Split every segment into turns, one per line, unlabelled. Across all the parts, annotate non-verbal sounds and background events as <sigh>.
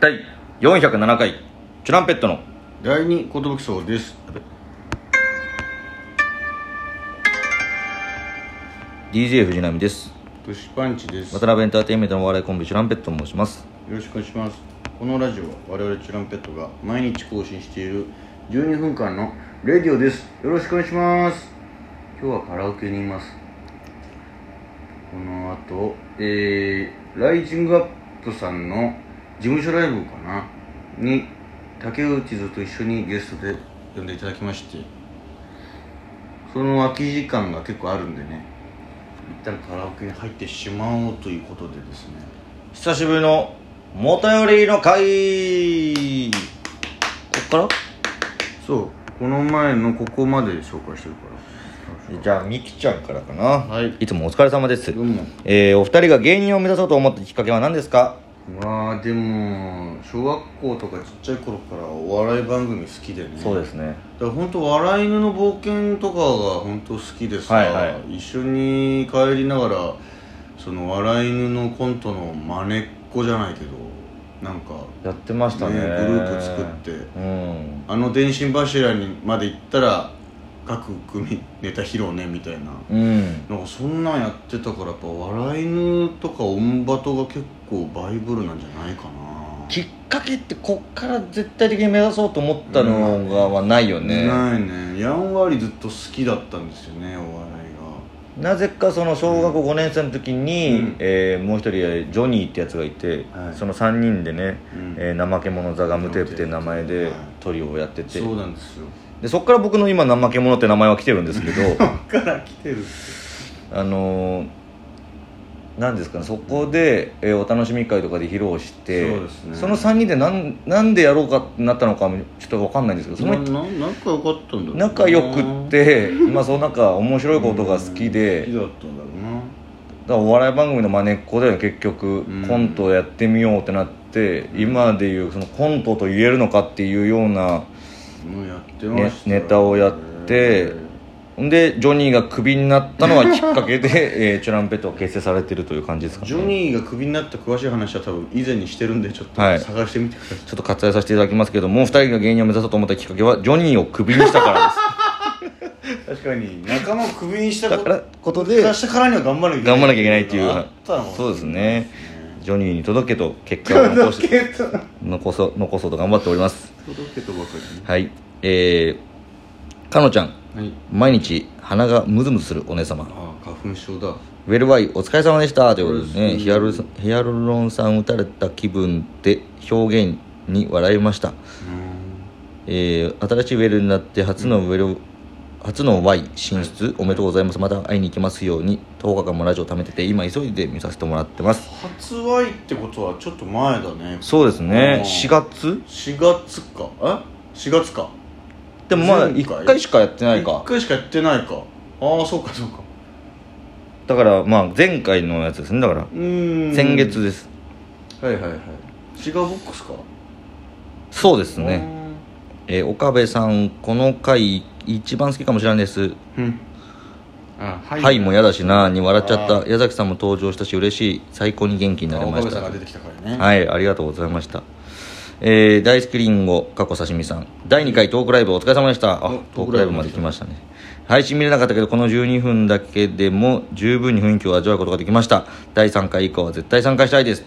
第407回チュランペットの
第二寿荘ですやべ
DJ 藤波です
年パンチですよ
渡辺エンターテインメントのお笑いコンビチュランペットと申します
ろしくお願いしますこのラジオは我々チュランペットが毎日更新している12分間のレディオですよろしくお願いします今日はカラオケにいますこの後えー、ライジングアップさんの事務所ライブかなに竹内図と一緒にゲストで呼んでいただきましてその空き時間が結構あるんでね一旦カラオケに入ってしまおうということでですね
久しぶりの元よりの会こっか
そうこの前のここまで紹介してるから
じゃあみきちゃんからかな
はい
いつもお疲れ様です
どうも
えーお二人が芸人を目指そうと思ったきっかけは何ですか
まあでも小学校とかちっちゃい頃からお笑い番組好きでね
そうですすね
だから本当笑い犬の冒険とかが本当好きでさ、
はいは
一緒に帰りながらその笑い犬のコントの真似っこじゃないけどなんか
やってましたね
ねグループ作って
うん
あの電信柱にまで行ったら各組ネタ披露ねみたいな
うん
なんかそんなんやってたからやっぱ笑い犬とかオンバトが結構バイブルなんじゃないかな
きっかけってこっから絶対的に目指そうと思ったのがはないよね、
ないねやんわりずっと好きだったんですよねお笑
なぜかその小学校5年生の時に、
うん
えーもう一人えージョニーってやつがいて、
はい
その3人でね、
うん
えー怠け者座ガムテープっていう名前
は
で
い
トリオをやってて
いがそうなんですよ
でそっから僕の今怠け者って名前は来てるんですけど
から来てるって
<laughs> あのーなんですかねそこで、えーお楽しみ会とかで披露して
そうですね
の3人でなんなんでやろうかってなったのかもちょっと分かんないんですけどその
なな仲良かったんだろうな
仲良くってまあそのなんか面白いことが好きで、
うん好きだったんだろうな
だからお笑い番組の真似っこだよね結局、
うん
コントをやってみようってなって今でいうそのコントと言えるのかっていうような
もうやってました
ねネタをやって
ね
ほんでジョニーがクビになったのはきっかけで、え <laughs> ーチュランペットは結成されてるという感じですかね
ジョニーがクビになった詳しい話は多分以前にしてるんでちょっと
はい
探してみてください、
ちょっと割愛させていただきますけどもう2人が芸人を目指そうと思ったきっかけはジョニーをクビにしたからです
確かに仲間をクビにした
だ
<laughs> こ
から
と
ことで
出したからには頑張らなきゃい
頑張らなきゃいけないっていう
あったの
そうですね
ね
ジョニーに届けと結果を残
<laughs> 届
し
けと届
残そう残そうと頑張っております
けとばか
はいえー、かのちゃん
りねはい
毎日鼻がムズムズするお姉様
ああ花粉症だ
ウェルワイお疲れ様でしたということで
う
ね
ん
ヒアルロンヒアルロン酸打たれた気分で表現に笑いました、えー新しいウェルになって初のウェル、初の Y 進出おめでとうございますまた会いに行きますように10日間もラジオ貯めてて今急いで見させてもらってます
発売ってことはちょっと前だね
そうですね
うん
4月
4月かえ4月か
でもまだ
前回
1回しかやってない
1
か
回しかやってないかああそうかそうか
だからまあ前回のやつですねだから
うーん
先月です
はいはいはいシガーボックスか
そうですね、えー岡部さんこの回一番好きかもしれないです
うんうんあは
「はいもうやだしな」に笑っちゃ
あ
った矢崎さんも登場したし嬉しい最高に元気になりま
岡
し
部さんが出
た
てきたからね
はいありがとうございましたえー、大好きリンゴ過去刺身さん第2回トークライブお疲れ様でしたあ
お
トークライブまで来ましたね配信見れなかったけどこの12分だけでも十分に雰囲気を味わうことができました第3回以降は絶対参加したいです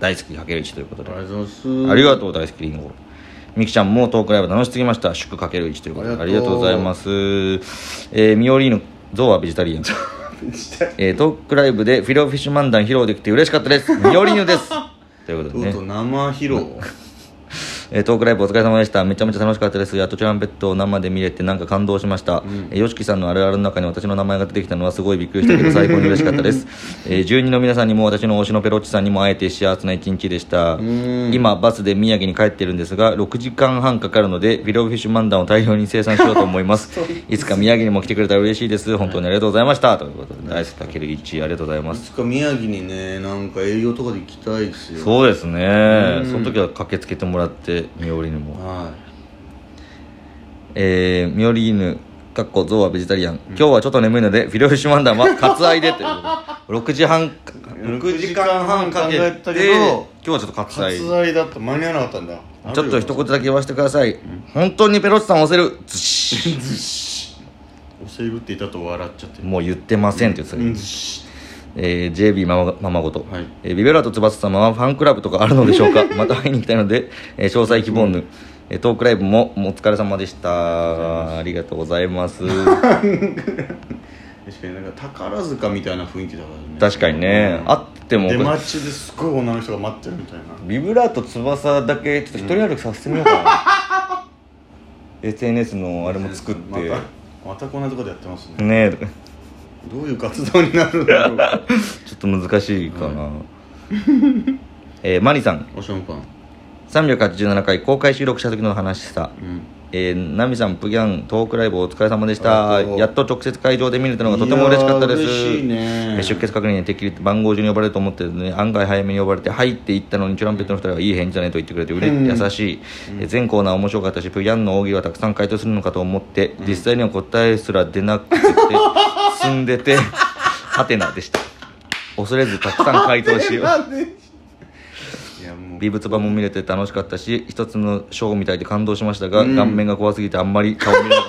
大好きかける1ということで
ありがとうございます
ありがとう大好きりんごみきちゃんもトークライブ楽しすぎました祝かける1ということであ
あ
り
り
が
が
と
と
う
う
ございますえー、ミオリーヌゾウはベジタ <laughs> リアン、えー、トークライブでフィレオフィッシュ漫談披露できて嬉しかったですミオリーヌですということ
と
で
うと
ね、
う生披露
えートークライブお疲れ様でしためちゃめちゃ楽しかったですやっとチュランペットを生で見れてなんか感動しました、えー、よしきさんのあるあるの中に私の名前が出てきたのはすごいびっくりしたけ <laughs> ど最高に嬉しかったです、えー、12の皆さんにも私の推しのペロッチさんにも会えて幸せな一日でした、
うん
今バスで宮城に帰ってるんですが6時間半かかるのでビロフィッシュ漫談を大量に生産しようと思います <laughs> いつか宮城にも来てくれたら嬉しいです本当にありがとうございました、ということで大好きたける一ありがとうございま
い
す
つか宮城にねなんか営業とかで行きたいですよ
そうですね
うん
その時は駆けつけてもらってミオリーヌも
は
えーミオリーヌかっこゾウはベジタリアン、今日はちょっと眠いのでフィレオフィッシュマンダン <laughs> は割愛でということで6時半6時間半かけ
考えたけ
て
ど
今日はちょっと割愛
割愛だった間に合わなかったんだ
ちょっと一言だけ言わせてください、本当にペロチさん押せ <laughs> るずし
教えるって言ったと笑っちゃって
もう言ってませんって言ってたけど、
うんし
えー JB ママママごと、
はい
えービベラと翼様はファンクラブとかあるのでしょう <laughs> かまた会いに行きたいので、えー詳細希望ぬ、えートークライブもお疲れ様でしたありがとうございます
確かになんか宝塚みたいな雰囲気だからね
確かにね
うん
あっても
出待ちですっごい女の人が待ってるみたいな
ビブラート翼だけちょっと一人歩きさせてみようかな、SNS のあれも作って
またまたこんなとこでやってますね
ねえとか
どういう活動になるんだろう
<laughs> ちょっと難しいかな、えーマニさん
おシャンパン
387回公開収録した時の話さ
うん
えー、ナミさん、プギャン、トークライブお疲れ様でした。
ありがとう
やっと直接会場で見れたのがとても嬉しかったです。
いやー嬉しいね
えー出血確認でてっきり番号順に呼ばれると思ってるのに、案外早めに呼ばれて、はいって言ったのに、チュランペットの2人はいい返事だねと言ってくれて、うれ
うん
優しい、えー全コーナー面白かったし、プギャンの大喜利はたくさん回答するのかと思って、実際には答えすら出なくて、積んでて、 <laughs> ハテナでした。恐れずたくさん回答しよう。
いやもう
美物場も見れて楽しかったし一つのショーみたいで感動しましたが、
うん
顔面が怖すぎてあんまり顔見れなかっ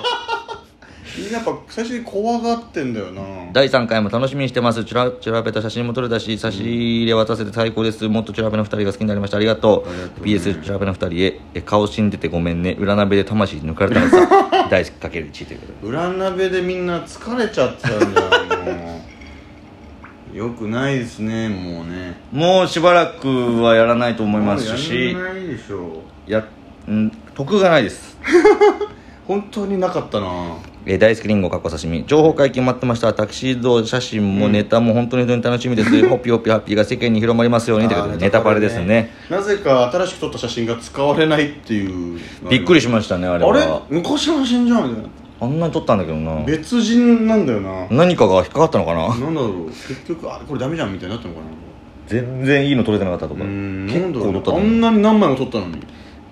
た
みんなやっぱ最初に怖がってんだよな
第3回も楽しみにしてますチュラチュラペタ写真も撮れたし差し入れ渡せて最高ですもっとチュラペの2人が好きになりましたありがとう
ありがとう
PS チュラペの2人へえ顔死んでてごめんね裏鍋で魂抜かれたのさ大好きかける1ということで
裏鍋でみんな疲れちゃったんだよもうよくないですねもうね
もうしばらくはやらないと思いますし
もうやんないでしょ
やん得がないです
本当になかったな
えー大好きリンゴかっこ刺身情報解禁待ってましたタキシード写真もネタも本当に本当に楽しみです、ホッピーホッピーハッピーが世間に広まりますようにということでネタバレですね
なぜか新しく撮った写真が使われないっていう
びっくり
し
しましたねあ
あ
れは
れ昔の写真じゃんみたいな
あんなに撮ったんだけどな
別人なんだよな
何かが引っかかったのかな
なんだろう結局あれこれダメじゃんみたいになったのかな
全然いいの撮れてなかったと
う
か
ーん
結
なんだろ
構
う
撮ったと
あ
思
ん
う
なに何枚も撮ったのによ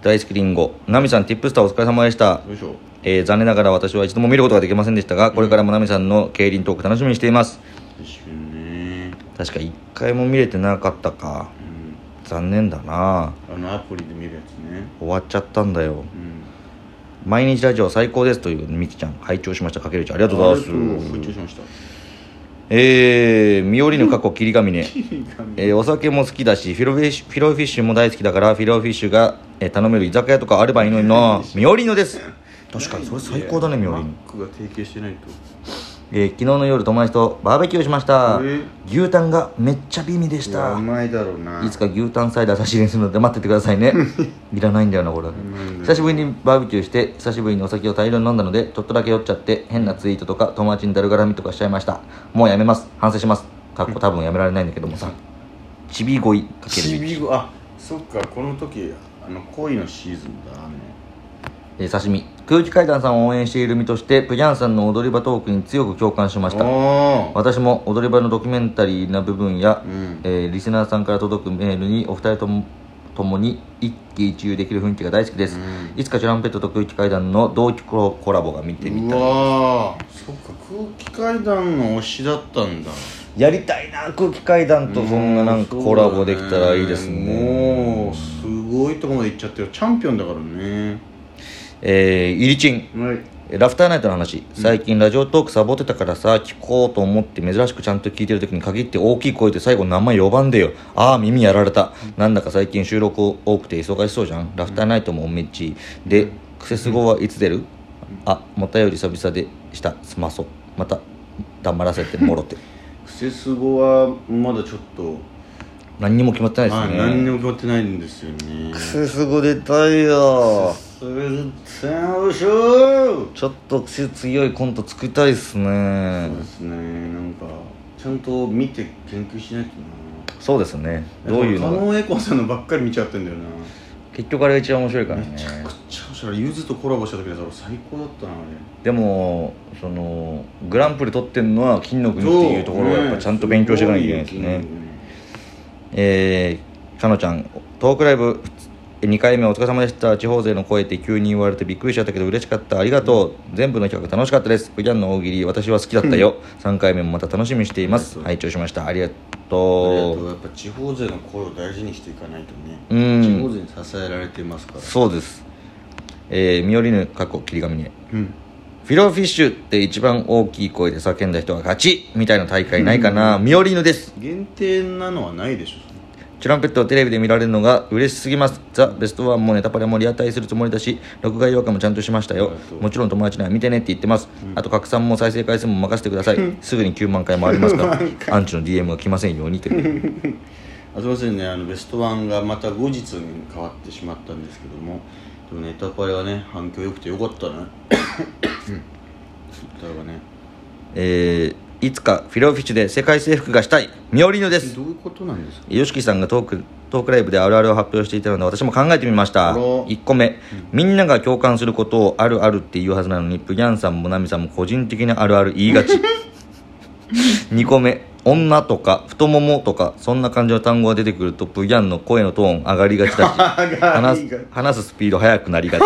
大好きりんごナミさんティップスターお疲れ様でした、
いしょ
えー残念ながら私は一度も見ることができませんでしたがこれからもナミさんの競輪トーク楽しみにしています
一瞬ね
確か一回も見れてなかったか
うん
残念だな
あのアプリで見るやつね
終わっちゃったんだよ
うん
毎日ラジオ最高ですというみきちゃん拝聴しましたかけるちゃんありがとうござい
復
ます
調し <laughs> ました
えー、ミオリヌ過去霧ヶ峰
い
えーお酒も好きだしフィロフィッシュフィロフィッシュも大好きだからフィロフィッシュが、えー頼める居酒屋とかあればいいのになミオリーヌです確かにそれ最高だねミオリー
マ
ヌ
ッ、クが提携してないと
えー昨日の夜友達とバーベキューしました、
えー
牛タンがめっちゃ美味でし
いや
た
うまいだろうない
つか牛タンサイダー差し入れするので待っててくださいね <laughs> いらないんだよなこれ
ん
久しぶりにバーベキューして久しぶりにお酒を大量に飲んだのでちょっとだけ酔っちゃって変なツイートとか友達にだるがらみとかしちゃいましたもうやめます反省しますかっこ多分やめられないんだけどもさちび恋かける
ちびごあそっかこの時あの恋のシーズンだね
えー刺身空気階段さんを応援している身としてプギャンさんの踊り場トークに強く共感しました
ああ
私も踊り場のドキュメンタリーな部分や、
うん
えーリスナーさんから届くメールにお二人ともともに一喜一憂できる雰囲気が大好きです、
う
いつかチュランペットと空気階段の同期コラコラボが見てみ
う
たい
わーそっか空気階段の推しだったんだ
やりたいな空気階段とそんななんかコラボできたらいいですね
もうすごいとこまで行っちゃってるチャンピオンだからね
えー、イリチン
はい
ラフターナイトの話最近ラジオトークサボってたからさ聞こうと思って珍しくちゃんと聞いてる時に限って大きい声で最後名前呼ばんでよああ耳やられたなんだか最近収録多くて忙しそうじゃんラフターナイトもおめっちでクセス語はいつ出るあまたより久々でしたすまそうまた黙らせてもろて <laughs>
クセスゴはまだちょっと
何にも決まってない
まあ
です
何に
ね
も決まってないんですよね
クセス語出たいよ
それでよいしょ
ちょっと癖強いコント作りたいっすね
そうですねなんかちゃんと見て研究しないと
そうですね
な
どういうの
狩
が
野英孝さんのばっかり見ちゃってんだよな
結局あれが一番面白いからね
めちゃくちゃ面白いゆずとコラボした時だから最高だったなあれ
でもそのグランプリ取ってるのは金の国っていうところはやっぱちゃんと勉強していかなきゃいけないですね
ごよ
えー、かのちゃんトークライブ、え2回目お疲れ様でした地方勢の声って急に言われてびっくりしちゃったけど嬉しかったありがとう全部の企画楽しかったですブギャンの大喜利私は好きだったよ3回目もまた楽しみにしています拝聴しましたありがとう
やっぱ地方勢の声を大事にしていかないとね、
うん
地方勢に支えられてますから
そうですえー、ミオリヌ過去霧紙ね
うん
フィローフィッシュって一番大きい声で叫んだ人が勝ちみたいな大会ないかな、ミオリーヌです
限定なのはないでしょ
チュランペットをテレビで見られるのが嬉しすぎますザ・ベストワンもネタパレもリアタイするつもりだし録画違和感もちゃんとしましたよ
ありがとう
もちろん友達には見てねって言ってます、あと拡散も再生回数も任せてくださいすぐに9万回回ります
<laughs>
からアンチの DM が来ませんようにという
あすいませんねあのベストワンがまた後日に変わってしまったんですけどもでもネタパレはね反響良くてよかったねうんだからね
えー、いつかフィローフィッシュで世界征服がしたいミオリーヌです
どういうことなんですか
よしきさんがトークトークライブであるあるを発表していたので私も考えてみました
あら
1個目、みんなが共感することをあるあるって言うはずなのにプギャンさんもナミさんも個人的なあるある言いがち2個目女とか太ももとかそんな感じの単語が出てくるとプギャンの声のトーン上がりがちだ
<laughs>
し話
上がりがち
す話すスピード速くなりがち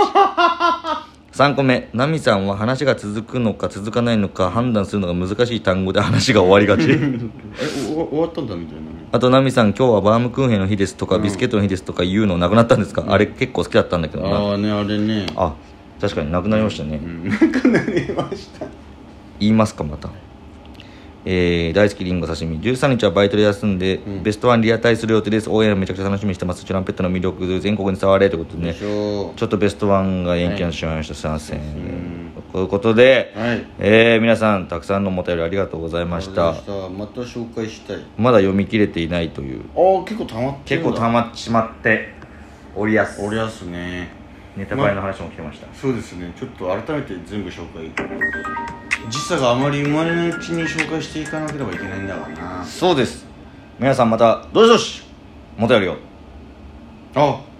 3個目ナミさんは話が続くのか続かないのか判断するのが難しい単語で話が終わりがち
えおお終わったんだみたいなね
あと、ナミさん、今日はバームクーヘンの日ですとか、ビスケットの日ですとか言うのなくなったんですか、あれ結構好きだったんだけどな。
ああねあれね
あ、確かになくなりましたね。
うんなくなりました
言いますか、また。えー、大好きリンゴ刺身13日はバイトで休んで、ベストワンリアタイする予定です応援めちゃくちゃ楽しみにしてますチュランペットの魅力全国に伝われということでね
でしょ
ちょっとベストワンが延期になってしまいました、すいません
ん
ということで、
うはい
えー皆さんたくさんのお便りありがとうございました
ありがとうございましたまた紹介したいあ
まだ読み切れていないという
あ結構たまって
結
るんだ
構たまっちまっておりやす
俺やすね
ネタバレの話も聞けました、
そうですねちょっと改めて全部紹介時差があまり生まれないうちに紹介していかなければいけないんだからな
そうです皆さんまたどしどしお便りを
あ